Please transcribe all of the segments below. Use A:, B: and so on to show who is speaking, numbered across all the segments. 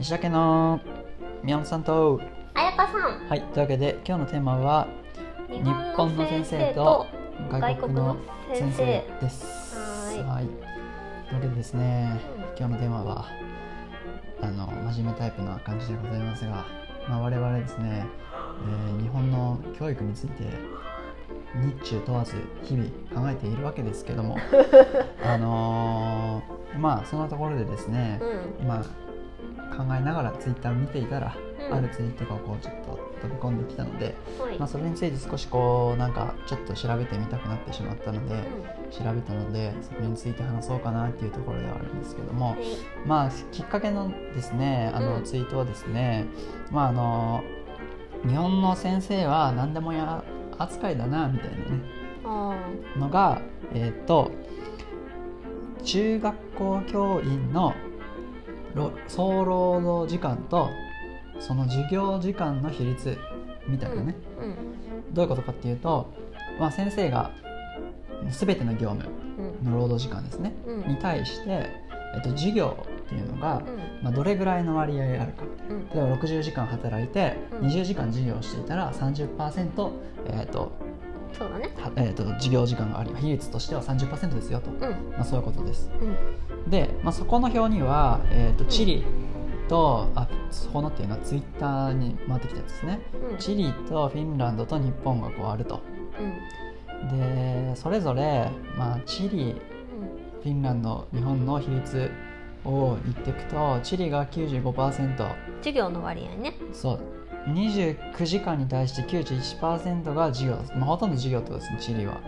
A: 石田家の宮本さんと
B: あやかさん
A: はいというわけで今日のテーマは
B: 日
A: 日本の先生と外
B: 外
A: 国
B: 国
A: の
B: の
A: 先
B: 先
A: 生
B: 生
A: です
B: はーい
A: はいというわけでですね今日のテーマはあの真面目タイプな感じでございますが、まあ、我々ですね、えー日本の教育について日中問わず日々考えているわけですけどもあのーまあそんなところでですね
B: うん、
A: まあ考えながらツイッターを見ていたら、
B: うん
A: あるツイートがこうちょっと飛び込んできたので、
B: うんはい
A: まあ、それについて少しこうなんかちょっと調べてみたくなってしまったので、
B: うんは
A: 調べたのでそれについて話そうかなっていうところではあるんですけども、
B: い
A: まあきっかけのですねあの
B: うん
A: ツイートはですね、まああの日本の先生は何でもや扱いだなみたいなね
B: あ
A: のがえっ、と中学校教員のろ総労働時間とその授業時間の比率みたいなね、
B: ーうん
A: どういうことかっていうと、まあ、先生が全ての業務
B: うん
A: の労働時間ですね
B: うん
A: に対して、えっと、授業っていうのが、
B: うん
A: まあ、どれぐらいの割合があるか
B: うん
A: 例えば60時間働いて
B: うん
A: 20時間授業をしていたら30%、えっと
B: そうだね
A: はえっと授業時間があり比率としては30%ですよと、
B: うん
A: まあ、そういうことです
B: うん
A: で、まあ、そこの表には、えっと地理とあそこのっていうのはツイッターに回ってきたやつですね
B: うん
A: チリとフィンランドと日本がこうあるとでそれぞれ、まあ、チリ
B: うん
A: フィンランド日本の比率を言っていくとチリが95%
B: うん授業の割合ね
A: そう29時間に対して91%が授業、まあ、ほとんど授業ってことですねチリは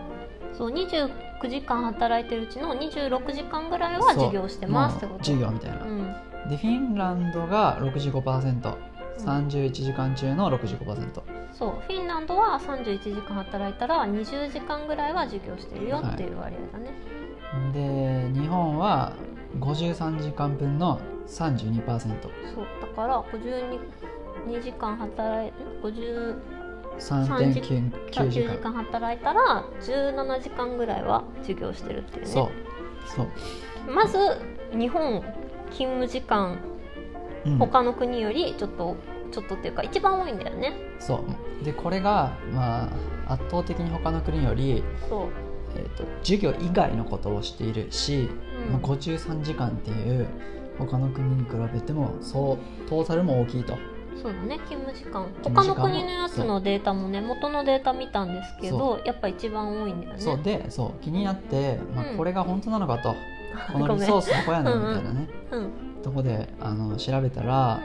B: そう29時間働いてるうちの26時間ぐらいは授業してますって
A: そう
B: こ
A: もう
B: と
A: 授業みたいな、
B: うん
A: でフィンランドが 65%31 時間中の65%、
B: そうフィンランドは31時間働いたら20時間ぐらいは授業してるよっていう割合だね、
A: で日本は53時間分の32%
B: そうだから52 2時間働いん50
A: 3.9
B: 9
A: 時
B: 時
A: 間
B: 間働いたら17時間ぐらいは授業してるっていうね
A: そうそう、
B: まず日本勤務時間
A: うん
B: 他の国よりちょっとちょっとっていうか一番多いんだよね
A: そうでこれが、まあ、圧倒的に他の国より、
B: そ
A: えー、と授業以外のことをしているし、
B: うん
A: まあ、53時間っていう他の国に比べてもそうトータルも大きいと
B: うそうだね勤務時間
A: 勤務
B: 他
A: 時間も
B: の国のやつのデータもね元のデータ見たんですけどやっぱ一番多いんだよね
A: そうでそう気になって、まあ、
B: うん
A: これが本当なのかと、この
B: ご
A: リ
B: めん
A: ソースどこやねんみたいなね
B: うんうん
A: とこであの調べたら、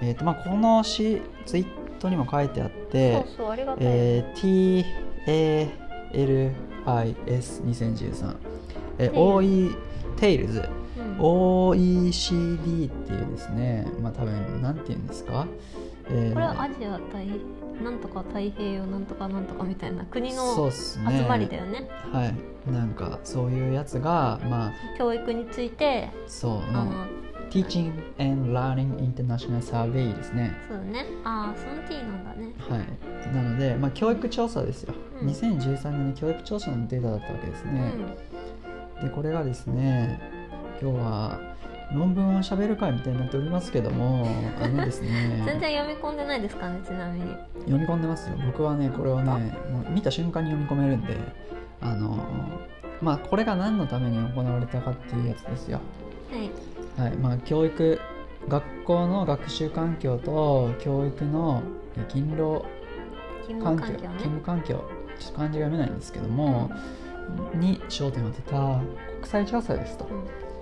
A: えーとまあ、このしツイートにも書いてあって
B: そうそうありがたい、
A: えー TALIS2013、えー、OE Tales
B: うん、こ
A: OECD っていうですねまあ多分なんて言うんですか、えー
B: れはアジア太なんとか太平洋なんとかなんとかみたいな国
A: そう
B: の
A: っすね
B: 集まりだよね
A: はいなんかそういうやつがまあ
B: 教育について
A: そうの
B: あの
A: Teaching and Learning International Survey ですね
B: そうだねああその T なんだね
A: はいなので、まあ、教育調査ですよ、
B: うん
A: 2013年の教育調査のデータだったわけですね、でこれがですね今日は論文をしゃべる会みたいになっておりますけどもあのです
B: うん、 全
A: ね
B: 然読み込んでないですかねちなみに
A: 読み込んでますよ僕はねこれをねもう見た瞬間に読み込めるんであのまあこれが何のために行われたかっていうやつですよ
B: はい
A: はいまあ教育学校の学習環境と教育のえ勤労
B: 勤務
A: 環境
B: 環境ね
A: 勤務環境ちょっと漢字が読めないんですけども、に焦点を当てた国際調査ですと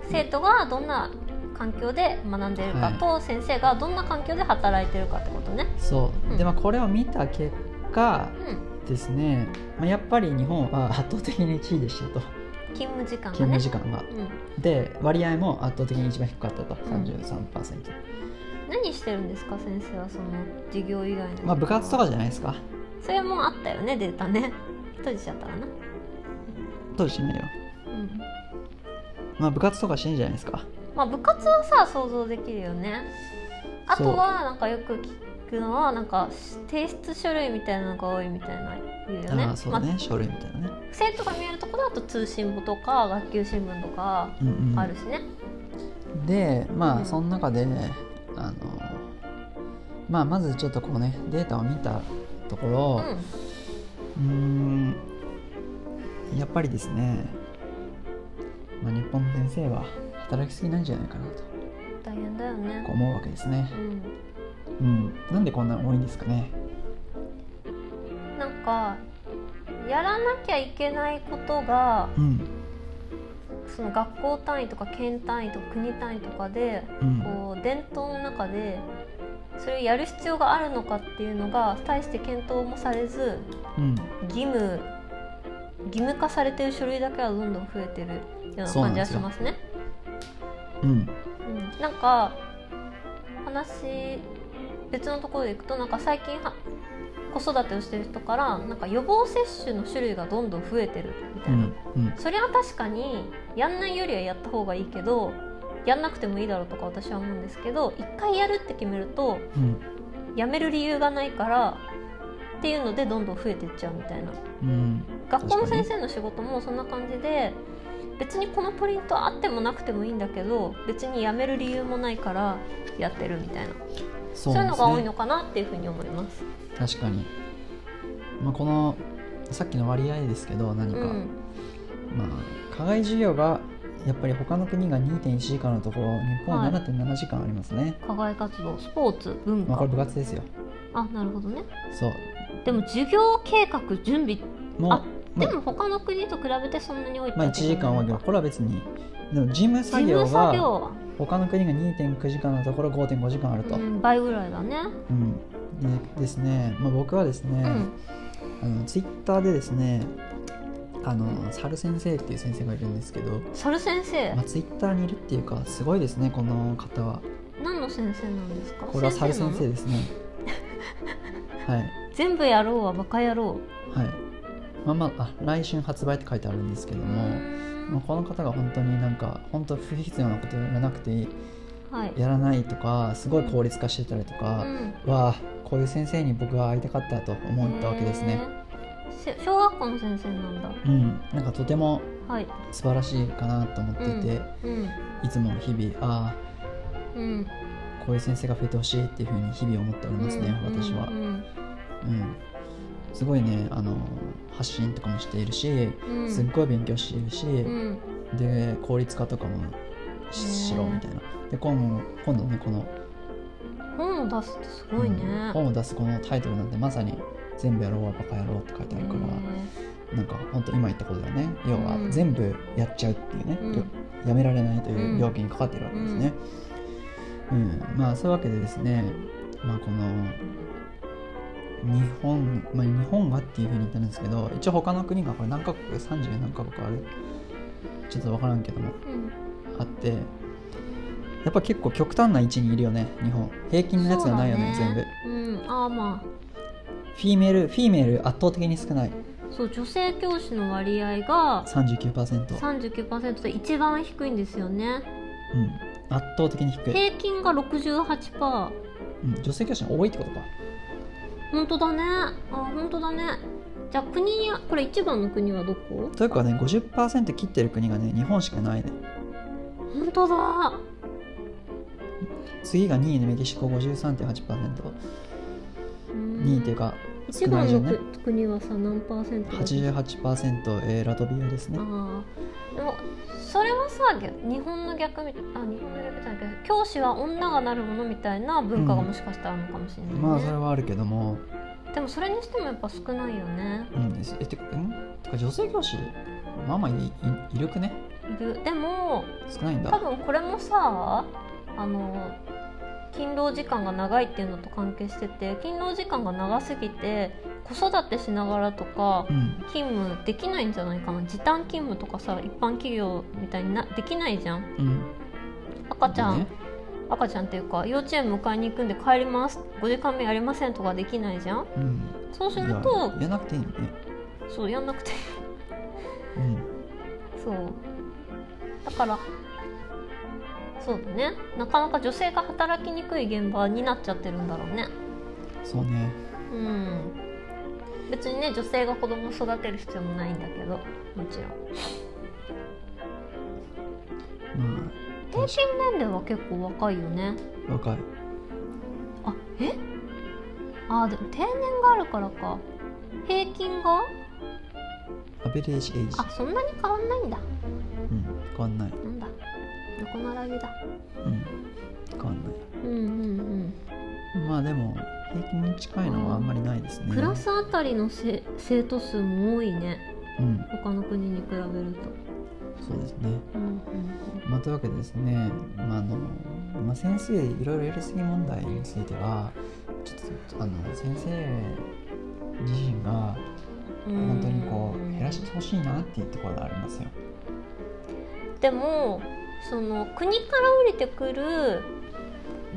B: 生徒がどんな環境で学んでいるかと、先生がどんな環境で働いてるかってことね
A: そう、
B: うん
A: でまあこれを見た結果
B: うん
A: ですね、まあ、やっぱり日本は圧倒的に1位でしたと
B: 勤務時間が
A: 勤務
B: ね
A: 時間が
B: うん、
A: で割合も圧倒的に一番低かったと
B: うん
A: 33%、
B: 何してるんですか先生はその授業以外の
A: まあ部活とかじゃないですか
B: それもあったよねデータね閉じちゃったかな
A: どうしないよ
B: うん
A: まあ部活とかしてんじゃないですか
B: まあ部活はさ想像できるよねあとはなんかよく聞くのはなんか提出書類みたいなのが多いみたいな言うよね
A: ああそうね、
B: まあ、
A: 書類みたいなね
B: 生徒が見えるところだと通信簿とか学級新聞とか
A: うんうん
B: あるしね、
A: でま
B: う
A: あ
B: ん
A: その中であのまあ、まずちょっとこうねデータを見たところ
B: うん
A: うーんやっぱりですね、まあ、日本の先生は働きすぎなんじゃないかなと
B: 大変だよね
A: こう思うわけですね
B: う、
A: う
B: ん
A: ん、なんでこんな多いんですかね
B: なんかやらなきゃいけないことが
A: うん
B: その学校単位とか県単位とか国単位とかで
A: うん
B: こう伝統の中でそれをやる必要があるのかっていうのが大して検討もされず
A: うん
B: 義務義務化されてる書類だけはどんどん増えてるような
A: そうなん
B: 感じ
A: で
B: は
A: す
B: し
A: よ
B: ますね。
A: うん
B: うんなんか話別のところでいくとなんか最近は子育てをしてる人からなんか予防接種の種類がどんどん増えてるみた
A: う
B: いな、
A: んうん
B: それは確かにやんないよりはやった方がいいけどやんなくてもいいだろうとか私は思うんですけど一回やるって決めると
A: うん
B: やめる理由がないからっていうのでどんどん増えていっちゃうみたいな
A: うん
B: 学校の
A: 確かに
B: 先生の仕事もそんな感じで別にこのプリントあってもなくてもいいんだけど別に辞める理由もないからやってるみたいな
A: そ
B: そう,、
A: う
B: い
A: な
B: う
A: んで
B: の
A: す
B: が多い
A: ね
B: のかなっていうふうに思います。
A: 確かに、まあ、このさっきの割合ですけど何
B: う
A: か、
B: ん、
A: まあ、課外授業がやっぱり他の国が2.1時間のところ日本は
B: はい
A: 7.7時間ありますね、
B: 課外活動スポーツ文
A: まあ、こ
B: 化
A: れ部活ですよ
B: あなるほどね
A: そう
B: でも授業計画準備
A: もう
B: あ
A: ま
B: で
A: あ
B: も他の国と比べてそんなに多いって
A: まあ、1
B: わけじ
A: 時
B: ゃない
A: 間はこれは別にでも事務
B: 事
A: 作業
B: 務作
A: が
B: 業は、
A: 他の国が2.9時間のところ5.5時間あると、
B: う
A: うん
B: ん、倍ぐらいだね、
A: でですね、まあ、僕はですね、
B: うん
A: あのツイッターでですねあの猿先生っていう先生がいるんですけど、
B: 猿先生、
A: まあ、ツイッターにいるっていうかすごいですねこの方は
B: 何の先生なんですか
A: これは猿先生
B: なの
A: ですねはい
B: 全部やろうはバカ野郎
A: はい、まあまああ来春発売って書いてあるんですけども、まあ、この方が本当になんか本当不必要なことやらなくていい
B: はい
A: やらないとかすごい効率化してたりとか、わあこういう先生に僕は会いたかったと思ったわけですね。
B: へーせ小学校の先生なんだ。
A: うん、なんかとても
B: はい。
A: 素晴らしいかなと思っていて、
B: うん。
A: いつも日々あ
B: うん。
A: あこういう先生が増えてほしいっていうふうに日々思っておりますね、
B: うん
A: 私は
B: う、ん。
A: うん、すごいねあの発信とかもしているし
B: うん。
A: すっごい勉強しているし、
B: うん。
A: で効率化とかもし
B: へー
A: しろみたいなで今度今度ねこの
B: 本を出すってすごいね。
A: うん本を出すこのタイトルなんてまさに「全部やろうはバカやろう」って書いてあるからなんか本当今言ったことだよね要は
B: うん
A: 全部やっちゃうっていうね、
B: うん
A: よやめられないといううん病気にかかってるわけですね、うんまあそういうわけでですね、まあ、この日本、まあ、日本がっていうふうに言ってるんですけど一応他の国がこれ何カ国30何カ国あるちょっと分からんけども
B: へーうん
A: あってやっぱ結構極端な位置にいるよね日本平均のやつがないよね
B: そう
A: 全
B: だ
A: 部フ
B: うん。ああま
A: ィーメールフィーメール圧倒的に少ない
B: あ。そう女性教師の割合が
A: 39%、
B: 39%で一番低いんですよね。
A: うん、圧倒的に低い、
B: 平均が68%。
A: うん、女性教師が多いってことか
B: 本当だね。あ本当だね。じゃあ国やこれ一番の国はどこ？
A: というかね50%切ってる国がね日本しかないね
B: 本当だ。
A: 次が2位のメキシコ53.8%2
B: 2
A: 位っていうか
B: 一
A: 少ない
B: 番
A: じゃ
B: の
A: んね
B: く国はさ何パーセントだっけ
A: 88%、えーラトビアですね
B: ああでもそれはさ逆日本の逆みあ日本の逆じゃないけど教師は女がなるものみたいな文化がもしかしたらあるのかもしれない、ね
A: まあそれはあるけども、
B: でもそれにしてもやっぱ少ないよね
A: うん、ですえてかんてか女性教師まあまあいいいいるくね
B: いるでも
A: 少ないんだ
B: 多分これもさあの勤労時間が長いっていうのと関係してて勤労時間が長すぎて子育てしながらとか
A: うん
B: 勤務できないんじゃないかな時短勤務とかさ一般企業みたいになできないじゃん
A: うん
B: 赤ちゃん、
A: ね
B: 赤ちゃんっていうか幼稚園迎えに行くんで帰ります5時間目やりませんとかできないじゃん
A: うん
B: そうする
A: い
B: と
A: ややなくていいね
B: そうやんなくて
A: うん
B: そうだからそうだねなかなか女性が働きにくい現場になっちゃってるんだろうね
A: そうね
B: うん別にね女性が子供を育てる必要もないんだけどもちろん
A: ま
B: 平均年齢は結構若いよね
A: あ若い
B: あえああでも定年があるからか平均が
A: アベレージエイジ
B: あそんなに変わんないんだ
A: うん変わんない
B: なんだ横並びだ
A: うん変わんない
B: うんうん
A: まあでも平均に近いのはあんまりないです
B: うん
A: ね
B: クラスあたりのせ生徒数も多いね
A: うん
B: 他の国に比べると
A: そうですね
B: うん
A: まあ、というわけでですね、まああのまあ、先生いろいろやりすぎ問題についてはちょっとあの先生自身が
B: うんうん
A: 本当にこう減らしてほしいなっていうところがありますよ。
B: でもその国から降りてくる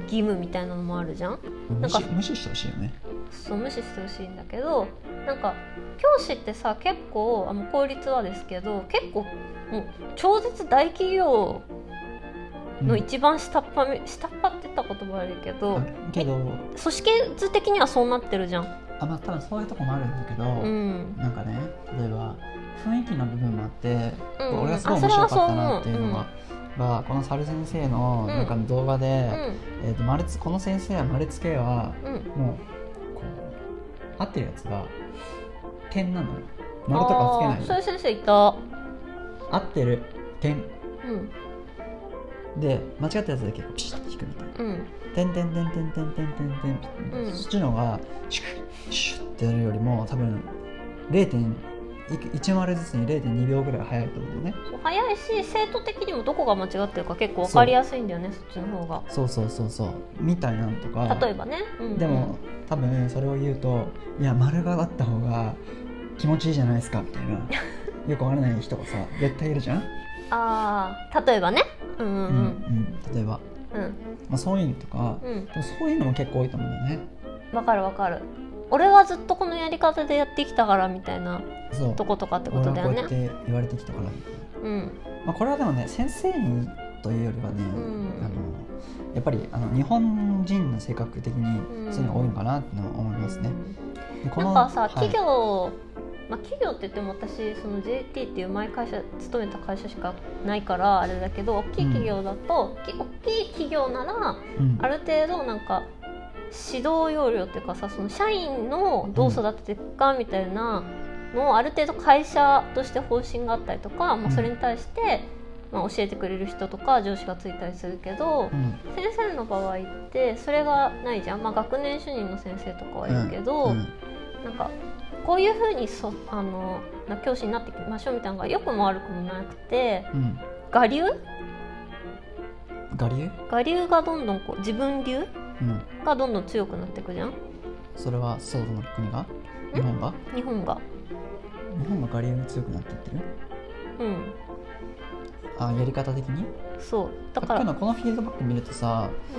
B: 義務みたいなのもあるじゃん
A: 無
B: んか
A: 視無視してほしいよね。
B: そう無視してほしいんだけどなんか教師ってさ結構あの効率はですけど結構もう超絶大企業
A: うん
B: の一番下っ端み、下っ端って言った言葉悪いけど
A: あけど
B: 組織図的にはそうなってるじゃん。
A: あ、まあ、多分そういうとこもあるんだけど、
B: うん
A: なんかね例えば雰囲気の部分もあって、
B: うんうん
A: 俺がすごい面白かったなっていうのが。がこの猿先生のなんかの動画
B: う
A: で、
B: ん
A: えー、と丸つこの先生は丸つけは
B: うん、
A: もうこう合ってるやつが点なのよ丸とかつけ
B: あ
A: な
B: ー
A: い
B: そうい
A: の
B: う先生いた、
A: 合ってる点
B: うん
A: で間違ったやつだけピシッて引くみたいな
B: うん、
A: 点点点点点点点点
B: うん
A: そっちの方がシュッシュッってやるよりも多分0.1丸ずつに0.2秒ぐらい早いと思うのね
B: そう早いし生徒的にもどこが間違ってるか結構わかりやすいんだよねそっちの方
A: そうそうそうそうみたいなんとか
B: が例えばね、うんうん
A: でも多分それを言うと「いや丸があった方が気持ちいいじゃないですか」みたいなよくわからない人がさ絶対いるじゃん
B: ああ例えばねうんう
A: うん
B: うん
A: うん例えば、
B: うん
A: まあ、そういうのとか
B: うん
A: でもそういうのも結構多いと思うんだよね
B: わかるわかる俺はずっとこのやり方でやってきたからみたいな
A: そう
B: とことかってこ
A: 俺
B: と
A: は
B: だ
A: こ
B: よ
A: うやっ
B: ね
A: て言われてきたからみたいな、
B: うん
A: まあ、これはでもね先生にというよりはね、
B: ん
A: あのやっぱりあの日本人の性格的
B: う
A: に
B: ん
A: そういうのが多いのかなってのは思いますね、でこ
B: な
A: の
B: んかさ、
A: はい
B: 企業まあ、企業って言っても私その JT っていう前会社勤めた会社しかないからあれだけど大きい企業だと、き大きい企業なら
A: うん
B: ある程度なんか指導要領っていうかさその社員のどう育てていくかみたいなのをある程度会社として方針があったりとか、まあ、それに対して、まあ、教えてくれる人とか上司がついたりするけど
A: うん
B: 先生の場合ってそれがないじゃん、まあ、学年主任の先生とかはいるけど、
A: うん
B: なんかこういうふうにそあのな教師になっていきましょうみたいなのがよくも悪くもなくて
A: うん
B: 我流
A: 我流
B: 我流がどんどんこう自分流
A: うん
B: がどんどん強くなっていくじゃん
A: それはそうの国が日本が
B: 日本が。
A: 日本がガリウム強くなっていってる
B: うん
A: あやり方的に
B: そうだか
A: あ
B: ら
A: 今のこのフィードバック見るとさ、
B: う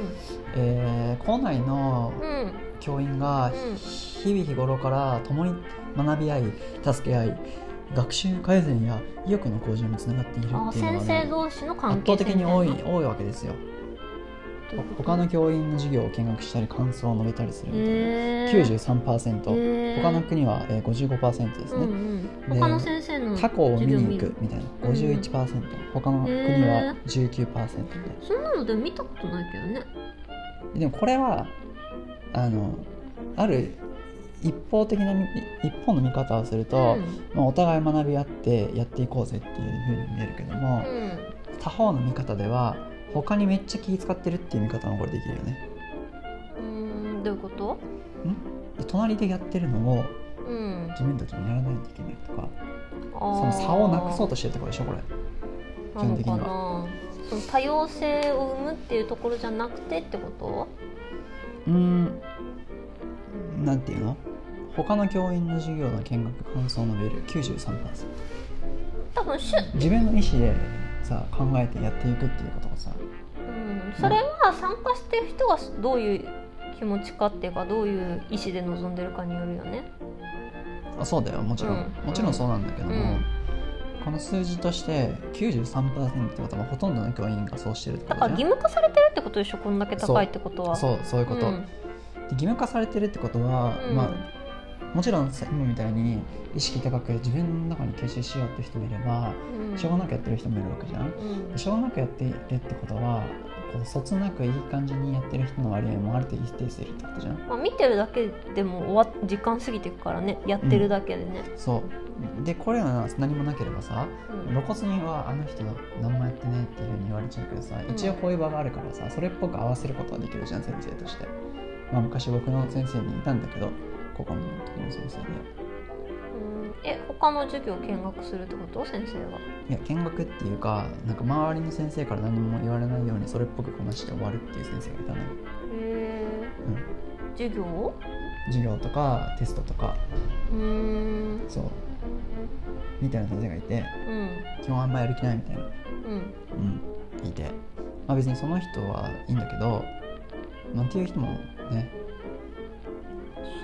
A: えー校内の
B: ん、うん
A: 教員が
B: うん
A: 日々日頃から共に学び合い助け合い学習改善や意欲の向上につながっている
B: あ
A: っていうの
B: 先
A: が、
B: 生
A: ね、
B: 同士の関
A: 圧
B: 係
A: 倒
B: 性
A: 的に多い多いわけですよ他の教員の授業を見学したり感想を述べたりするみたいな、
B: え
A: 93%、他の
B: で
A: 国は、えー、55%ですね、
B: うんう
A: で
B: ん、他の先生の
A: 他校を見に行
B: 授業
A: くみたいな
B: うん
A: 51%、他の国は19%みたいな
B: そんなのでも見たことないけどね
A: でもこれはあのある一方的な見一方の見方をすると、まあ、お互い学び合ってやっていこうぜっていうふうに見えるけども、
B: うん、うん
A: 他方の見方では他にめっちゃ気使ってるっていう見方もこれできるよね。
B: うーんどういうこと
A: 隣でやってるのを
B: うん
A: 自分たちもやらないといけないとかそ
B: そ
A: の差をなくそうとしてるところでしょこれ。基本的には
B: なのかなその多様性を生むっていうところじゃなくてってこ
A: うーんなんていうの他の教員の授業の見学感想を述べる93%
B: と多分しゅ、
A: 自分の意思でさ考えてやっていくっていうことがさ
B: うん、それは参加してる人がどういう気持ちかっていうかどういう意思で臨んでるかによるよね
A: あそうだよもちろん、
B: うん
A: もちろんそうなんだけども、
B: うん
A: この数字として93%ってことはほとんどの教員がそうしてるって
B: だ
A: こ
B: から
A: とじ
B: 義
A: ゃん
B: 務化されてるってことでしょこんだけ高いってことはう
A: そうそういうこと、
B: ん
A: で義務化されてるってことは、
B: うん
A: まあもちろんさ今みたいに意識高く自分の中に吸収しようって人もいれば
B: うん
A: しょうがなくやってる人もいるわけじゃん
B: うん
A: しょうがなくやっているってことはこうそつなくいい感じにやってる人の割合もある程度一定してるってことじゃん
B: まあ、見てるだけでも終わ時間過ぎていくからねやってるだけでね、
A: そうでこれは何もなければさ
B: うん
A: 露骨にはあの人何もやってねっていうふうに言われちゃうけどさ一応こういう場があるからさそれっぽく合わせることはできるじゃん先生として、まあ、昔僕の先生にいたんだけど高校の時の先生で
B: うんえ他の授業見学するってこと先生が
A: いや見学っていうかなんか周りの先生から何も言われないようにそれっぽくこなして終わるっていう先生がいたのよ
B: へえ授業を
A: 授業とかテストとか
B: うーん
A: そうみたいな先生がいて
B: うん
A: 基本あんまやる気ないみたいな
B: うん
A: うん、いて、まあ、別にその人はいいんだけどなんていう人もね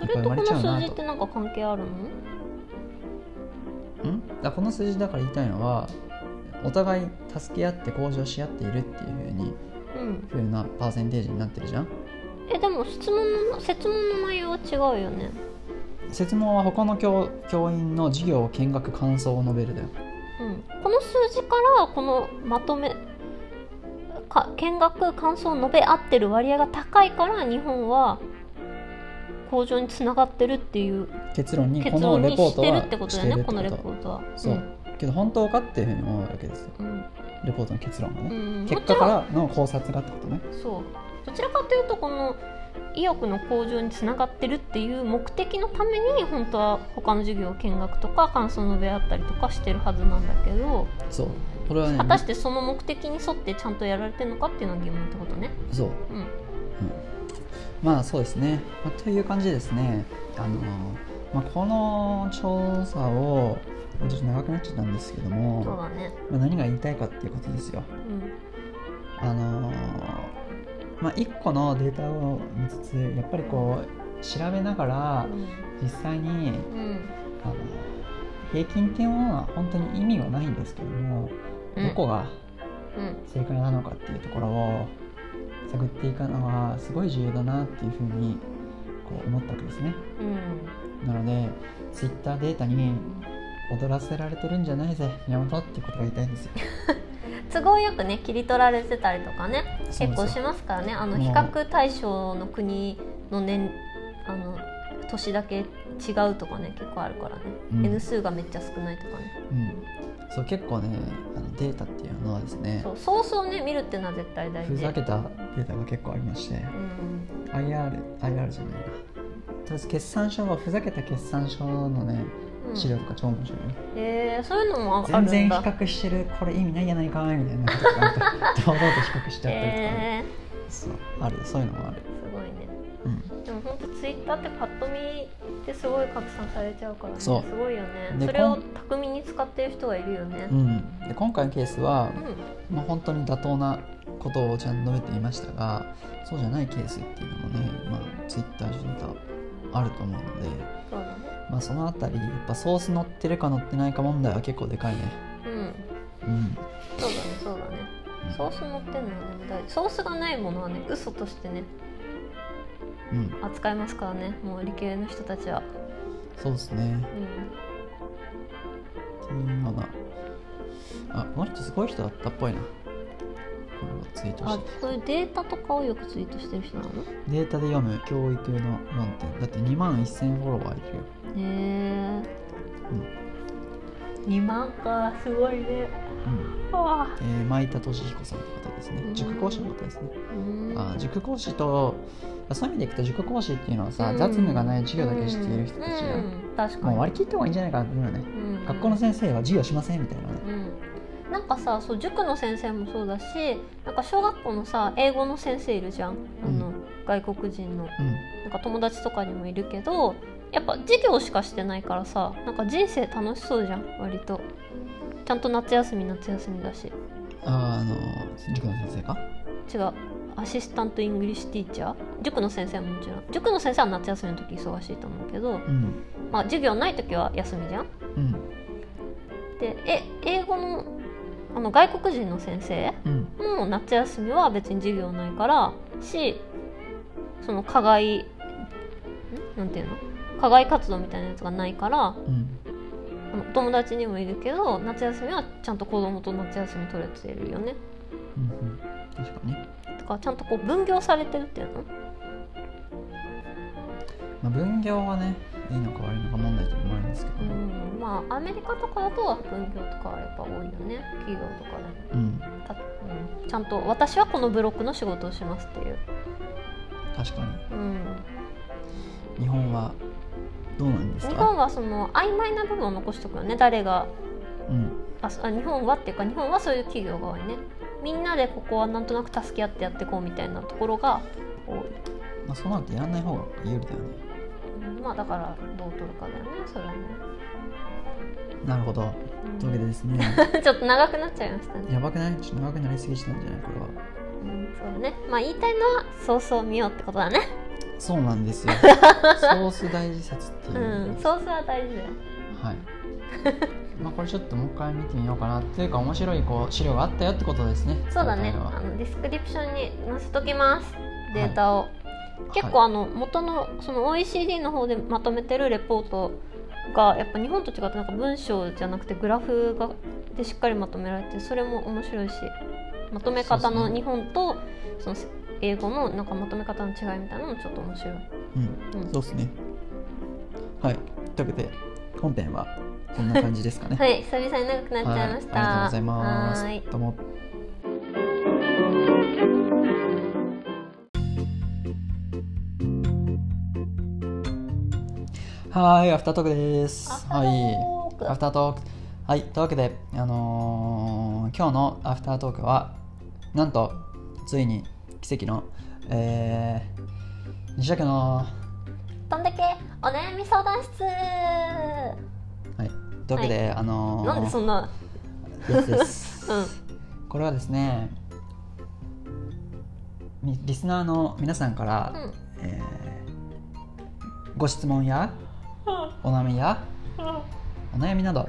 B: それとこの数字ってなんか関係あるの
A: んだこの数字だから言いたいのはお互い助け合って向上し合っているっていうふうに
B: うん
A: ふうなパーセンテージになってるじゃん
B: えでも質問の説問の内容は違うよね
A: 説問は他の教教員の授業を見学感想を述べるだよ
B: うんこの数字からこのまとめか見学感想を述べ合ってる割合が高いから日本は向上につながってるっていう
A: 結論にこ
B: 結
A: の
B: 論
A: レ
B: に
A: ポー
B: し
A: ト
B: てる
A: は
B: ってこと
A: し
B: だ
A: て
B: よ
A: る
B: ね
A: って
B: このレポ
A: こ
B: ートは。
A: とそう、けど本当かっていうふうに思うわけですよ
B: うんうん
A: レポートの結論が
B: う
A: ね
B: ん、
A: 結果からの考察がってことね
B: そうどちらかというとこの意欲の向上につながってるっていう目的のために本当は他の授業を見学とか感想の述べ合ったりとかしてるはずなんだけど
A: そうこれはね
B: 果たしてその目的に沿ってちゃんとやられてるのかっていうのが疑問ってことね。
A: そう
B: うん
A: まあそうですね、まあという感じでですね、あのまあ、この調査をちょっと長くなっちゃったんですけども、
B: そう
A: ま
B: だね、
A: あ、何が言いたいかっていうことですよ。
B: うん
A: あのまあ、1個のデータを見つつやっぱりこう調べながら実際に
B: うん
A: あの平均っていうものは本当に意味はないんですけども
B: うん、
A: どこが
B: うん
A: 正解なのかっていうところを探っていくのはすごい重要だなっていうふうにこう思ったわけですね。
B: うん
A: なので、ツイッターデータに踊らせられてるんじゃないぜ、宮本っていうことが言いたいんですよ。
B: 都合よくね切り取られてたりとかね
A: そう
B: 結
A: なん
B: 構
A: です
B: し
A: よ
B: ますからねあの
A: もう
B: 比較対象の国の年あの年だけ違うとかね結構あるからね、
A: うん
B: N 数がめっちゃ少ないとかね
A: うん、そう結構ね、あのデータっていうのはですね
B: そ、うソースをね見るっていうのは絶対大
A: ふ
B: 事
A: ざけたデータが結構ありまして、
B: うん、
A: IR、IR じゃないな。とりあえず決算書はふざけた決算書のね
B: うん
A: 資料とか超面白いよ、
B: えーそういうのもあある
A: 全
B: んだ
A: 然比較してるこれ意味ないやないかいみたいなこと があって堂々と比較しちゃったりとかね、
B: え
A: そうあるそういうのもある
B: ー、すごいね
A: うん
B: でも本当ツイッターってパッと見ってすごい拡散されちゃうからねす
A: そう
B: ごいよね
A: で
B: それを
A: こん
B: 巧みに使ってる人がいるよね
A: うん、で今回のケースは
B: う、ん
A: まあ、本当に妥当なことをちゃんと述べていましたがそうじゃないケースっていうのもね、まあ、ツイッター上に多あると思うので、
B: そうだね
A: まあ、そのあたりやっぱソース乗ってるか乗ってないか問題は結構でかいね
B: うん
A: うん
B: そうだねそうだねソース乗ってんのはね大事ソースがないものはね嘘としてね
A: うん
B: 扱いますからねもう理系の人たちは
A: そうですね
B: う
A: っていうようなあこの人すごい人だったっぽいなこれをツイート
B: んあ
A: して
B: こういうデータとかをよくツイートしてる人なのへ
A: データで読む教育の論点だって2万1000フォロワーいるよ
B: え2万かすごいね
A: うん
B: あ
A: えー、前田俊彦さんって方ですね
B: うん
A: 塾講師の方ですね
B: うん
A: あ塾講師とそういう意味でいくと塾講師っていうのはさ、
B: うん
A: 雑務がない授業だけしている人たちが、
B: うんうん確かに
A: もう割り切った方がいいんじゃないかなと思うよね、
B: うん
A: 学校の先生は授業しませんみたいなね
B: うんなんかさそう塾の先生もそうだしなんか小学校のさ英語の先生いるじゃんあの、
A: う
B: 外国人のなんか友達とかにもいるけどやっぱ授業しかしてないからさなんか人生楽しそうじゃん割とちゃんと夏休み夏休みだし
A: うんああの塾の先生か
B: 違うアシスタントイングリッシュティーチャー塾の先生ももちろん塾の先生は夏休みの時忙しいと思うけど、
A: うん
B: まあ、授業ない時は休みじゃん
A: うん
B: でえ英語のあの外国人の先生
A: うん
B: も夏休みは別に授業ないからしその課外んなんていうの課外活動みたいなやつがないから
A: うん
B: あのお友達にもいるけど夏休みはちゃんと子供と夏休み取れてるよね
A: うんうん確かに、
B: とかちゃんとこう分業されてるっていうの
A: まあ、分業はねいいのか悪いのか問題と思うんですけど、
B: うんまあアメリカとかだと分業とかはやっぱ多いよね企業とかでも
A: うん、
B: たうんちゃんと私はこのブロックの仕事をしますっていう、
A: 確かに
B: うん、
A: 日本はどうなんですか
B: 日本はその曖昧な部分を残しとくよね誰が
A: うん
B: あそあ日本はっていうか日本はそういう企業が多いねみんなでここはなんとなく助け合ってやっていこうみたいなところが多い、
A: まあ、そうなるとやらない方が有利だよね
B: うんまあだからどう取るかだよねそれはね、
A: なるほど
B: うん
A: というわけでですね
B: ちょっと長くなっちゃいましたね、
A: やばくないちょっと長くなりすぎちゃったんじゃないこれは
B: うん、そうねまあ言いたいのはそうそう見ようってことだね
A: そうなん ですよソース大事説っていうう、
B: んそうそうは大事だよ
A: はい まあこれちょっともう一回見てみようかなっていうか面白いこう資料があったよってことですね
B: そうだね
A: 今
B: あ
A: 回は
B: のディスクリプションに載せときますデータを、結
A: は
B: 構あの元のその OECD の方でまとめてるレポートがやっぱ日本と違ってなんか文章じゃなくてグラフがでしっかりまとめられてそれも面白いしまとめ方
A: そうです
B: の
A: ね
B: 日本とその英語のなんかまとめ方の違いみたいなのもちょっと面白い。
A: い、
B: う
A: うん
B: ん
A: そうですねはいというわけで本編はこんな感じですかね
B: はい、久々に長くなっちゃいました。
A: はいありがとうございま
B: はーい
A: すどうもはいアフタートークです
B: アフター
A: はい
B: トーク
A: アフタートークはいというわけであのー今日のアフタートークはなんとついに奇跡のえー、西田家の
B: どんだけお悩み相談室。
A: はいというわけで、あのー
B: なんでそんな、
A: やつです
B: うん、
A: これはですねみリスナーの皆さんから、
B: うん
A: えーご質問やお悩みやお悩みなど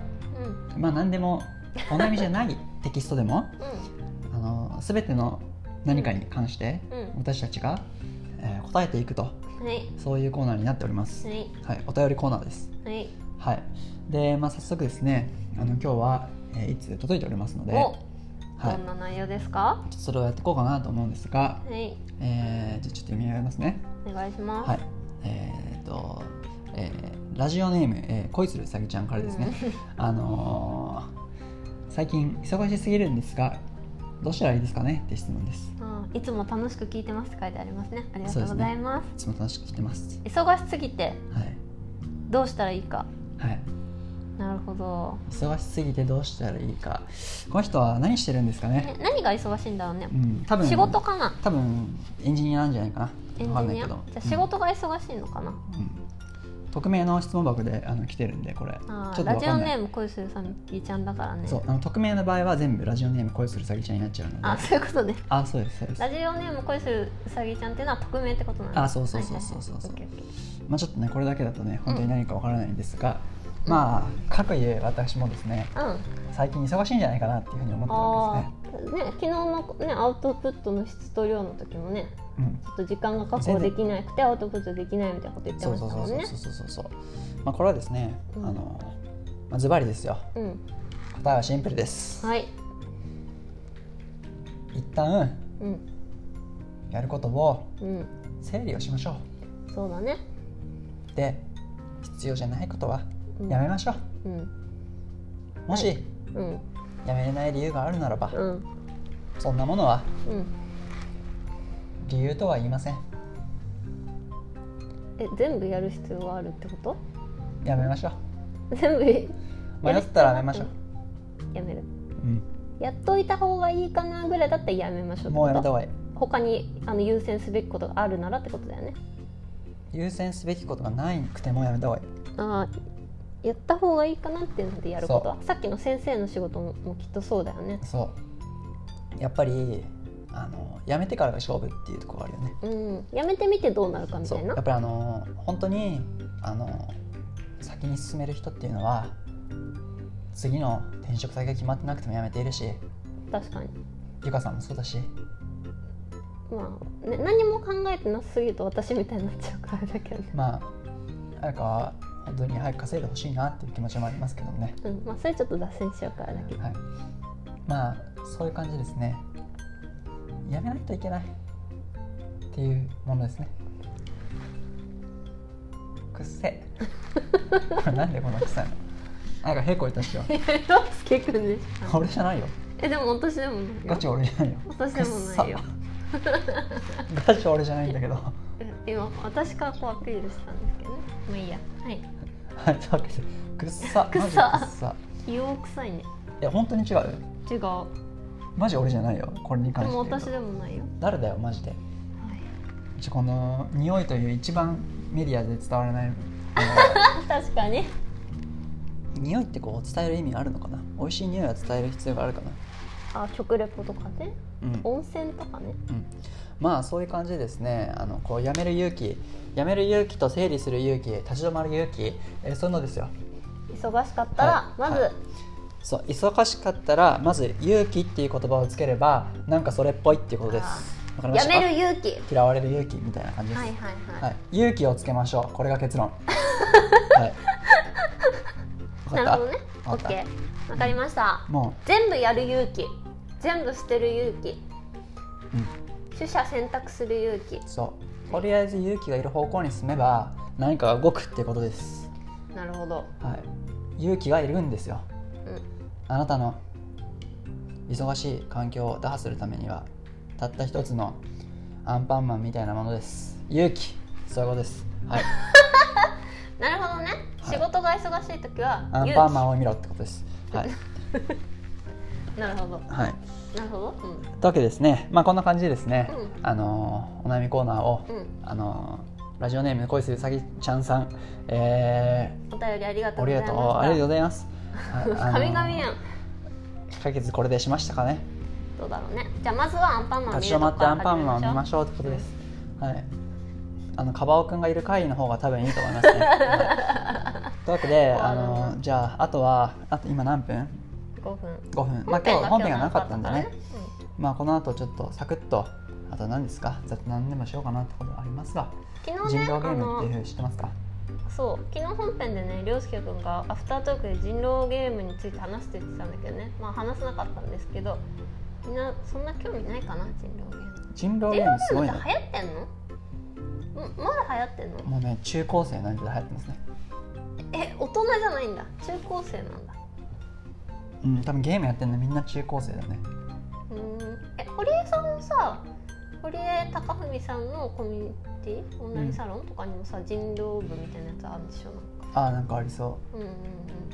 B: うん、
A: まあ何でもお悩みじゃないテキストでもあの全ての何かに関して
B: うん、う
A: 私たちが、えー答えていくと
B: ん、はい、
A: そういうコーナーになっております、
B: はい、
A: はい、お便りコーナーです
B: はい、
A: はいで、まあ、早速ですねあの今日は、えーいつ届いておりますので、
B: お、
A: は
B: ど
A: い、ち
B: ん
A: ょ
B: な内容ですか。
A: っとそれをやっていこうかなと思うんですが、
B: はい、
A: えー、じゃあちょっと読み上げますね。
B: お願いします。
A: はい。えっ、と、えーラジオネーム、えー、恋するうさぎちゃんからですね。あのー最近忙しすぎるんですが、どうしたらいいですかねって質問です。
B: うんいつも楽しく聞いてますって書いてありますね。ありがとうございます。
A: いつも楽しく聞いてます。
B: 忙しすぎて
A: はい。
B: どうしたらいいか。
A: はい。
B: なるほど。
A: 忙しすぎてどうしたらいいか。この人は何してるんですかね。
B: ね、何が忙しいんだろうね
A: う。ん。多分。
B: 仕事。かな。
A: 多分エンジニアなんじゃないか
B: エ
A: な。
B: ン
A: わかん
B: ジ
A: ない
B: ニ
A: けど
B: ア。じゃ。あ仕事が忙しいのかな。
A: うん。うん匿名の質問箱であの来てるんでこれちょ
B: あ
A: っ
B: ー
A: と
B: ラ
A: わ
B: ジ
A: か
B: オ
A: んな
B: ネ
A: い
B: ーム恋するさみきちゃんだからね。
A: そうあの匿名の場合は全部ラジオネーム恋する詐欺ちゃんになっちゃうので
B: あ、
A: あ
B: そういうことね。
A: そうですそうです
B: ラジオネーム恋するうさぎちゃんっていうのは匿名ってことなんだ
A: あそうそうそうそうそうそう
B: はいはいはいオッケーオッケ
A: まあちょっとねこれだけだとね本当に何かわからないんですが、まあかくいう私もですね
B: ーうん
A: 最近忙しいんじゃないかなっていうふうに思って
B: ああ、ね、昨日のね、アウトプットの質と量の時もね、
A: るんですね
B: ちょっと時間が確保できなくて、アウトプットできないみたいなこと言
A: うん
B: って
A: そ
B: ま
A: う
B: し
A: そ
B: た
A: うそ
B: も
A: うん
B: ね。
A: そうそうそうそうまあこれはですね、
B: うん
A: あのまあズバリですよ
B: うん、
A: 答えはシンプルです、
B: はい、
A: 一旦
B: うん、
A: やることを
B: うん、
A: 整理をしましょ
B: そうだね。
A: うで必要じゃないことは
B: うん
A: やめましょう、
B: うん、
A: もし
B: うん、
A: やめれない理由があるならば、
B: うん、
A: そんなものは
B: うん、
A: 理由とは言いません
B: え、全部やる必要があるってこと。
A: やめましょう
B: 全部
A: 迷ったらやめましょう、
B: やめる。
A: う
B: やっといた方がいいかなぐらいだったらやめましょ
A: ん、
B: うってこと
A: もうやめた方がいい
B: 他にあの優先すべきことがあるならってことだよね
A: 優先すべきことがないくてもやめた方がいい
B: ああやった方がいいかなっていうのでやることはさっきの先生の仕事ももうきっとそうだよね
A: そうやっぱりあのやめてからが勝負っていうところがあるよね
B: うんやめてみてどうなるかみ
A: そ
B: た
A: う
B: い
A: や
B: な
A: っぱりあの本当にあの先に進める人っていうのは次の転職先が決まってなくてもやめているし
B: 確かに
A: ゆかさんもそうだし
B: まあ、ね、何も考えてなさすぎると私みたいになっちゃうからだけどね
A: まあはるかは本当に早く稼いでほしいなっていう気持ちもありますけどもね、
B: うんまあ、それちょっと脱線しちゃうからだけど
A: はい、まあそういう感じですねやめないといけないっていうものですねくっせ これなんでこのくせなのなんか平行いたっしょ
B: ロスケくんでしょ
A: 俺じゃないよ
B: えでも私でもない
A: ガチ
B: よ
A: 俺じゃないよ
B: 私でもないよ
A: くっさ ガチ俺じゃないんだけどは
B: え今私からこうアピールしたんですけどねまあいいやはい
A: いというわけでくっさ
B: くっ
A: マジ
B: さ
A: くっさ
B: 硫黄臭いね
A: いや本当に違うよ
B: 違うでも
A: マジ俺じゃないよこれに関して言うと
B: 私でもないよ
A: 誰だよマジで
B: はい
A: ちょこの匂いという一番メディアで伝わらない
B: 確かに
A: 匂いってこう伝える意味あるのかな美味しい匂いは伝える必要があるかな
B: あ食レポとかね
A: うん、
B: 温泉とかね
A: うん、まあそういう感じですねあのこうやめる勇気やめる勇気と整理する勇気立ち止まる勇気、えーそういうのですよ
B: 忙しかったら
A: はい
B: ま
A: はい
B: ず
A: そう忙しかったらまず勇気っていう言葉をつければなんかそれっぽいっていうことです
B: あ
A: わかりま
B: や
A: した
B: める勇気
A: 嫌われる勇気みたいな感じです、
B: はいはい
A: は、
B: はい
A: 勇気をつけましょうこれが 結論はいわかっ
B: いなる
A: た
B: ほどねオ
A: わか
B: ッ
A: った
B: ケーわかりました
A: も
B: 全部やる勇気全部捨てる勇気
A: う、うん、
B: 取捨選択する勇気
A: そうとりあえず勇気がいる方向に進めば何かが動くってことです、
B: なるほど
A: はい、勇気がいるんですよ
B: うん
A: あなたの忙しい環境を打破するためにはたった一つのアンパンマンみたいなものです勇気そういうことです、はい、
B: なるほどね
A: はい
B: 仕事が忙しい時は
A: アンパンマ
B: 勇
A: ンを見ろってことですはい、
B: 気なるほど
A: はい、
B: なるほどうん
A: というわけでですねまあこんな感じでですね、
B: う
A: あのーお悩みコーナーを、
B: うん
A: あのーラジオネーム恋するさきちゃんさんえー、
B: お便りありがとう
A: あ
B: ご
A: り
B: ざい
A: が
B: ま
A: とう。ありがとうござ
B: し
A: います。
B: た神々や
A: ん。
B: ん
A: 解決これでしましたかね。
B: どうだろうねじゃあまずはアンパンマンを見
A: 立
B: る
A: ち
B: と
A: 止
B: こ
A: まってア
B: から
A: ンパンマンを見ま
B: し
A: しょうってことです。はい。あのカバオくんがいる回の方が多分いいと思い ますね。はいというわけで、あのじゃああとはあと今何分
B: ょう
A: ？5
B: 5分
A: 分。まあ今日本編がなかったんで
B: だ
A: ね。まあこの後ちょっとサクッとあと何ですか？雑談でもしようかなってことはありますが、
B: 昨日
A: 人
B: ね
A: 狼ゲ
B: あ
A: ームって
B: の
A: いう知ってますか？
B: そう昨日本編でね涼介君がアフタートークで人狼ゲームについて話してって言ってたんだけどねまあ話せなかったんですけどみんなそんな興味ないかな人狼ゲーム
A: 人
B: 人狼ゲーム
A: 狼ゲー
B: って流行
A: ムすごいな。
B: ってんのんまだ流行ってんの
A: もうね中高生なんて流行ってますね。
B: え大人じゃないんだ中高生なんだ
A: うん、多分ゲームやってるのみんな中高生だね。
B: うーんえ堀江さんもさ堀江貴文さんのコミュニティオンラインサロンとかにもさ、人狼部みたいなやつあるでしょなんか
A: あーなんかありそう。
B: うんうんうん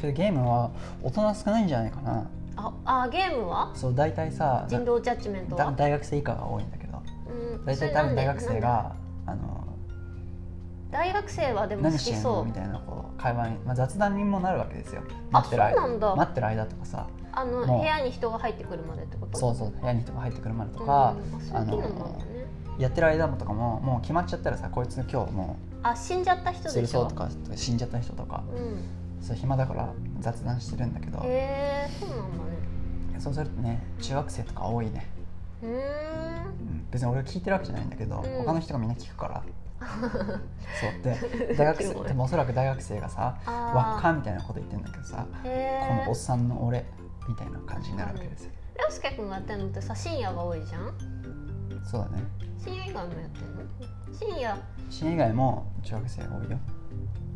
A: けどゲームは大人少ないんじゃないかな
B: ああゲームは
A: そう大体さ
B: 人狼ジャッジメント
A: だ
B: は
A: 大学生以下が多いんだけど
B: うん
A: 大
B: それ
A: 体
B: な
A: 多
B: ん
A: 分
B: で
A: 大学生
B: なんで
A: があの
B: 大学生はでも好
A: 何し
B: き
A: てんの
B: そ
A: み
B: う
A: たいなこう会話に、まあ、雑談にもなるわけですよ
B: あ
A: 待ってる
B: そうなんだ
A: 間待ってる間とかさ
B: あの
A: もう
B: 部屋に人が入ってくるまでってこと
A: そうそう部屋に人が入ってくるまでとか
B: うん、あそういう機能もあるんだね
A: やってる間もとかももう決まっちゃったらさこいつ今日も
B: あ死んじゃった
A: う
B: 人
A: す
B: で
A: る
B: し
A: そ
B: ょ
A: うとか死んじゃった人とか
B: うん
A: そう暇だから雑談してるんだけど
B: へえそうなんだね
A: そうするとね中学生とか多いね、
B: うーん
A: うん別に俺が聞いてるわけじゃないんだけど、
B: うん
A: 他の人がみんな聞く からそうで大学
B: すご
A: 生
B: い
A: でもおそらく大学生がさ「
B: あー
A: わっか」みたいなこと言ってんだけどさ、
B: へえ
A: このおっさんの俺みたいな感じになるわけですよ、
B: 涼介君がやってるのってさ深夜が多いじゃん
A: そうだね
B: 深夜以外もやってるの深夜
A: 支援以外も中学生が多いよ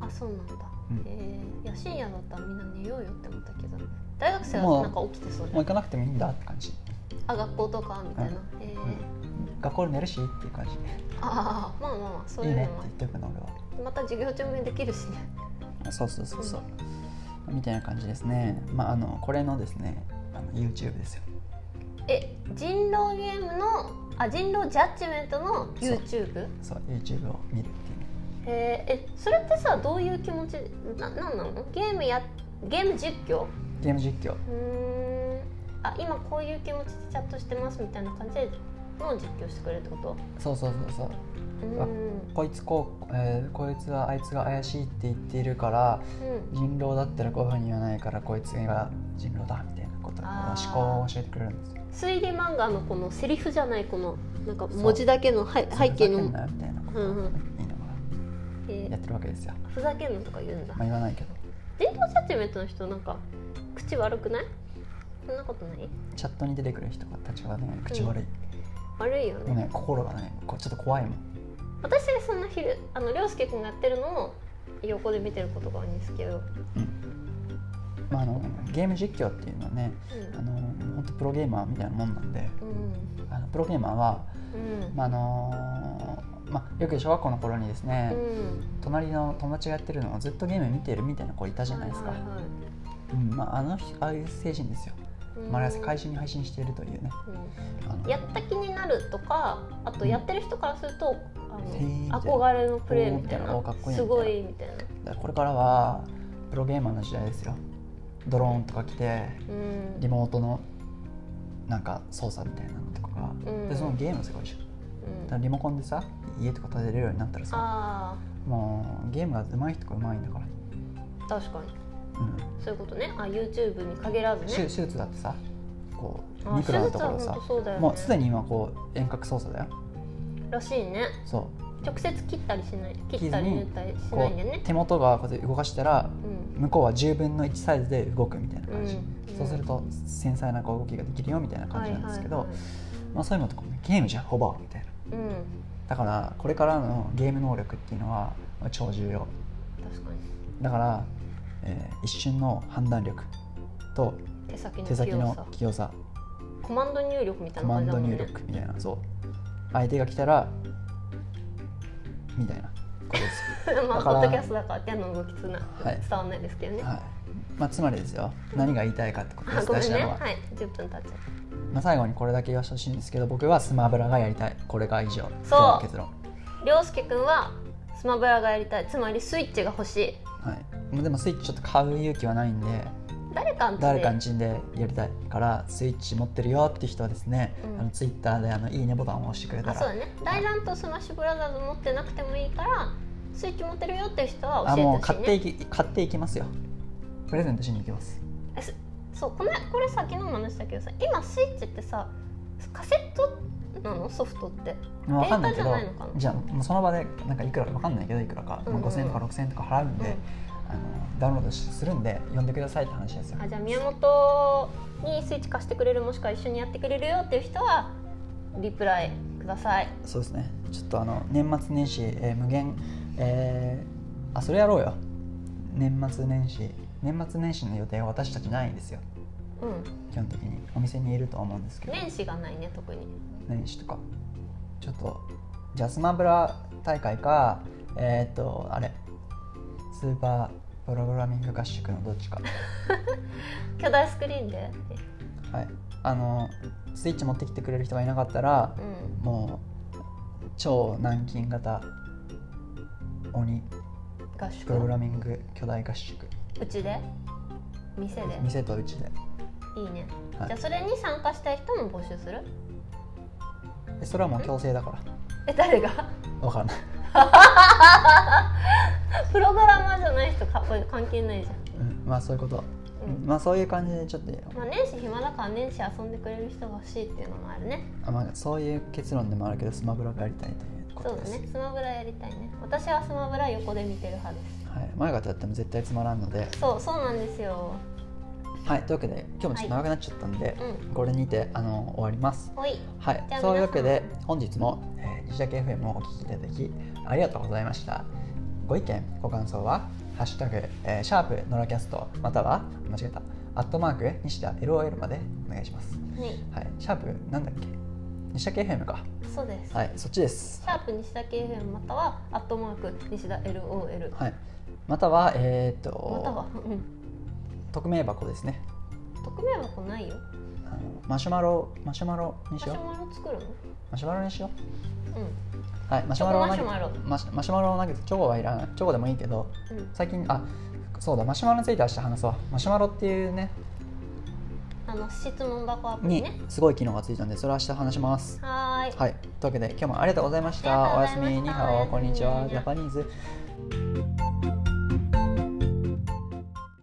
B: あそうなんだ、
A: うん
B: へえいや深夜だったらみんな寝ようよって思ったけど大学生
A: も
B: は
A: う
B: なんか起きてそう
A: もう
B: じゃ
A: ん行かなくてもいいんだって感じ、
B: あ学校とかみたいな、ええ
A: 学校で寝るしっていう感じ
B: ああまあまあまあそう
A: い
B: い
A: いうねっ
B: の
A: て
B: もあ
A: 言っておくの俺は
B: るまた授業中もできるしね
A: そうそうそうそう、みたいな感じですねまああのこれのですねあの YouTube ですよ
B: え人狼ゲームのあ人狼ジャッジメントの YouTube?
A: そう YouTube を見るっていうね
B: へーえそれってさどういう気持ちななんなのゲームやゲーム実況
A: ゲーム実況
B: うーんあ今こういう気持ちでチャットしてますみたいな感じでの実況してくれるってこと
A: そうそうそうそう
B: うーん
A: あこいつこう、えーこいつはあいつが怪しいって言っているから
B: うん
A: 人狼だったらこういうふうに言わないからこいつが人狼だみたいなこと
B: あ
A: 思
B: ー
A: 考を教えてくれるんですよ
B: 推理漫画のこのセリフじゃないこのなんか文字だけのは背景の
A: ふざけんなよみたいなこと
B: うんうん
A: いいのかな
B: え
A: やってるわけですよ、
B: ふざけんのとか言うんだ
A: まあ、言わないけど
B: 伝統ジャッジメントの人なんか口悪くないそんなことない
A: チャットに出てくる人たちはね口悪い、
B: 悪いよね
A: もうね心がねこうちょっと怖いもん
B: 私そんな昼あの涼介君がやってるのを横で見てることが多いんですけど、
A: まあ、あのゲーム実況っていうのはねあ
B: う
A: の本当プロゲーマーみたいなもんなんで
B: んうん
A: あのプロゲーマーは、
B: うん
A: まああのまあ、よく小学校の頃にですね、
B: うん
A: 隣の友達がやってるのをずっとゲーム見てるみたいな子いたじゃないですか、
B: はいはいはい
A: うんまあ、あのああいう成人ですよ
B: うん
A: 毎朝会社に配信しているというね
B: うん
A: あの
B: やった気になるとかあとやってる人からするとあ
A: へーみたいな
B: の憧れのプレーみたい
A: おーみたいなおーかっこいい
B: な
A: な
B: すごいみたいな
A: だからこれからはプロゲーマーの時代ですよドローンとか来て
B: うん
A: リモートのなんか操作みたいなのとかが、
B: うん
A: でそのゲームすごいでしょ
B: うん
A: だからリモコンでさ家とか建てれるようになったらさ
B: あ
A: もうゲームが上手い人が上手いんだから、
B: ー確かに
A: うん
B: そういうことねあ YouTube に限らず
A: 手手
B: ね
A: 術だってさこ
B: あ
A: うミクロなところを
B: 手術は
A: さ
B: 本当そうだよね
A: もうすでに今こう遠隔操作だよ
B: らしいね
A: そ
B: 直接切ったりしない切
A: 切
B: っ
A: ず
B: たり
A: に
B: 縫ったりし
A: う
B: な
A: こ
B: いんだよね
A: う手元がこうやって動かしたら
B: うん
A: 向こうは10分の1サイズで動くみたいな感じ、
B: うん
A: そうすると繊細なこう動きができるよみたいな感じなんですけど、
B: はいはいはい
A: まあ、そういうのとかもねゲームじゃんほぼみたいな
B: うん
A: だからこれからのゲーム能力っていうのはまあ超重要
B: 確かに
A: だから、えー一瞬の判断力と
B: 手先の
A: 手先
B: 器用
A: の
B: さ
A: 器用さ
B: コマンド入力みたい
A: コ
B: な
A: マ
B: 感
A: ン
B: じだ
A: ド
B: もん
A: 入力
B: ね
A: みたいなそう相手が来たらみたいなことです よ
B: ま
A: だ
B: あ
A: か
B: ポ
A: ら
B: ッドキャストだから手の動きつな、
A: はい
B: 伝わんないですけどね、
A: はいまあ、つまりですよ何が言いたいかってことで
B: あ
A: す
B: ごめん
A: 私
B: ね
A: のは、
B: はい10分経っちゃっ
A: まあ、最後にこれだけ言わせてほしいんですけど僕はスマブラがやりたいこれが以上今日の結論
B: た涼介くんはスマブラがやりたいつまりスイッチが欲しい
A: はいもうでもスイッチちょっと買う勇気はないんで
B: 誰かんちで
A: 誰かんちんでやりたいからスイッチ持ってるよって人はですね、
B: うん
A: あのツイッターであのいいねボタンを押してくれた
B: あそうだ
A: ら
B: ね大乱とスマッシュブラザーズ持ってなくてもいいからスイッチ持ってるよっていう人は
A: あ
B: 教
A: もう
B: えて
A: 買
B: ほ
A: っ
B: しい
A: て
B: ね
A: いき買っていきますよプレゼントしに行きます
B: えすそうこのこれさ昨日も話したけどさ今スイッチってさカセットなのソフトって
A: まあわかんないけ
B: デ
A: ど
B: ータじゃないのかな
A: じゃあもうその場でなんかいくらかわかんないけどいくらか、
B: うんうん
A: まあ、5000円とか6000円とか払うんで、あのダウンロードするんで呼んでくださいって話ですよ
B: あじゃあ宮本にスイッチ貸してくれるもしくは一緒にやってくれるよっていう人はリプライください
A: そうですねちょっとあの年末年始、えー無限、えーあそれやろうよ年末年始年末年始の予定は私たちないんですよ
B: うん
A: 基本的にお店にいると思うんですけど、
B: 年始がないね特に
A: 年始とかちょっとじゃあスマブラ大会かえーっ、とあれスーパープログラミング合宿のどっちか
B: 巨大スクリーンで
A: はいあのスイッチ持ってきてくれる人がいなかったら
B: うん
A: もう超軟禁型鬼
B: 合
A: プログ
B: 宿
A: ラミング巨大合宿
B: うちで店で
A: 店とうちで
B: いいね、
A: はい
B: じゃあそれに参加したい人も募集する
A: えそれはもう強制だか
B: え誰が
A: らわからない、
B: プログラマーじゃない人かこれ関係ないじ
A: うん、まあそういうこと、
B: ゃん、うん
A: まあそういう感じでちょっと
B: まあ、年始暇だから年始遊んでくれる人が欲しいっていうのもあるね
A: あ、まあ、そういう結論でもあるけどスマブラがやりたいというこ
B: そ
A: と
B: うだ
A: です
B: ねスマブラやりたいね私はスマブラ横で見てる派で
A: はい、前がとやっても絶対つまらんので、
B: すそうそうなんですよ
A: はい、というわけで今日もちょっと長くなっちゃったんで、
B: う
A: これにてあの終わります。
B: んほい
A: はい
B: じゃ、あ
A: そういうわけで本日も、えー、西田 FM をお聞きいただきありがとうございました。ご意見、ご感想は、ハッシュタグ、えーシャープノラキャスト、または、間違えた、アットマーク、西田 LOL までお願いします。
B: はい
A: はい、シャープ、なんだっけ西田 FM か。
B: そうです、
A: はい、そっちです。
B: シャープ西田 KFM またはアットマーク西田 LOL
A: はい。または、えーっ
B: または
A: と、、
B: うん、
A: 匿名箱ですね。
B: 匿名箱ないよ
A: あのマシュマロ、マシュマロにし
B: マシュ
A: よう。
B: マロ作るの
A: マシュマロにしよう。
B: う
A: はい、マ
B: ん
A: シュマロを
B: マ
A: 投
B: シ
A: げ
B: ュ
A: て
B: マロ
A: マシマシュマロを投げてチョコはいらないチョコでもいいけど
B: うん
A: 最近あそうだマシュマロについて明日話そうマシュマロっていうね
B: あの質問箱アプリ
A: に
B: ね
A: すごい機能がついたんでそれは明日話します
B: はーい
A: はいというわけで今日もありがとうございまし
B: あ
A: たお
B: り
A: や
B: が
A: す
B: とうございま
A: み
B: した
A: にハオこんにち
B: おやす
A: は
B: み
A: ジャパニーズ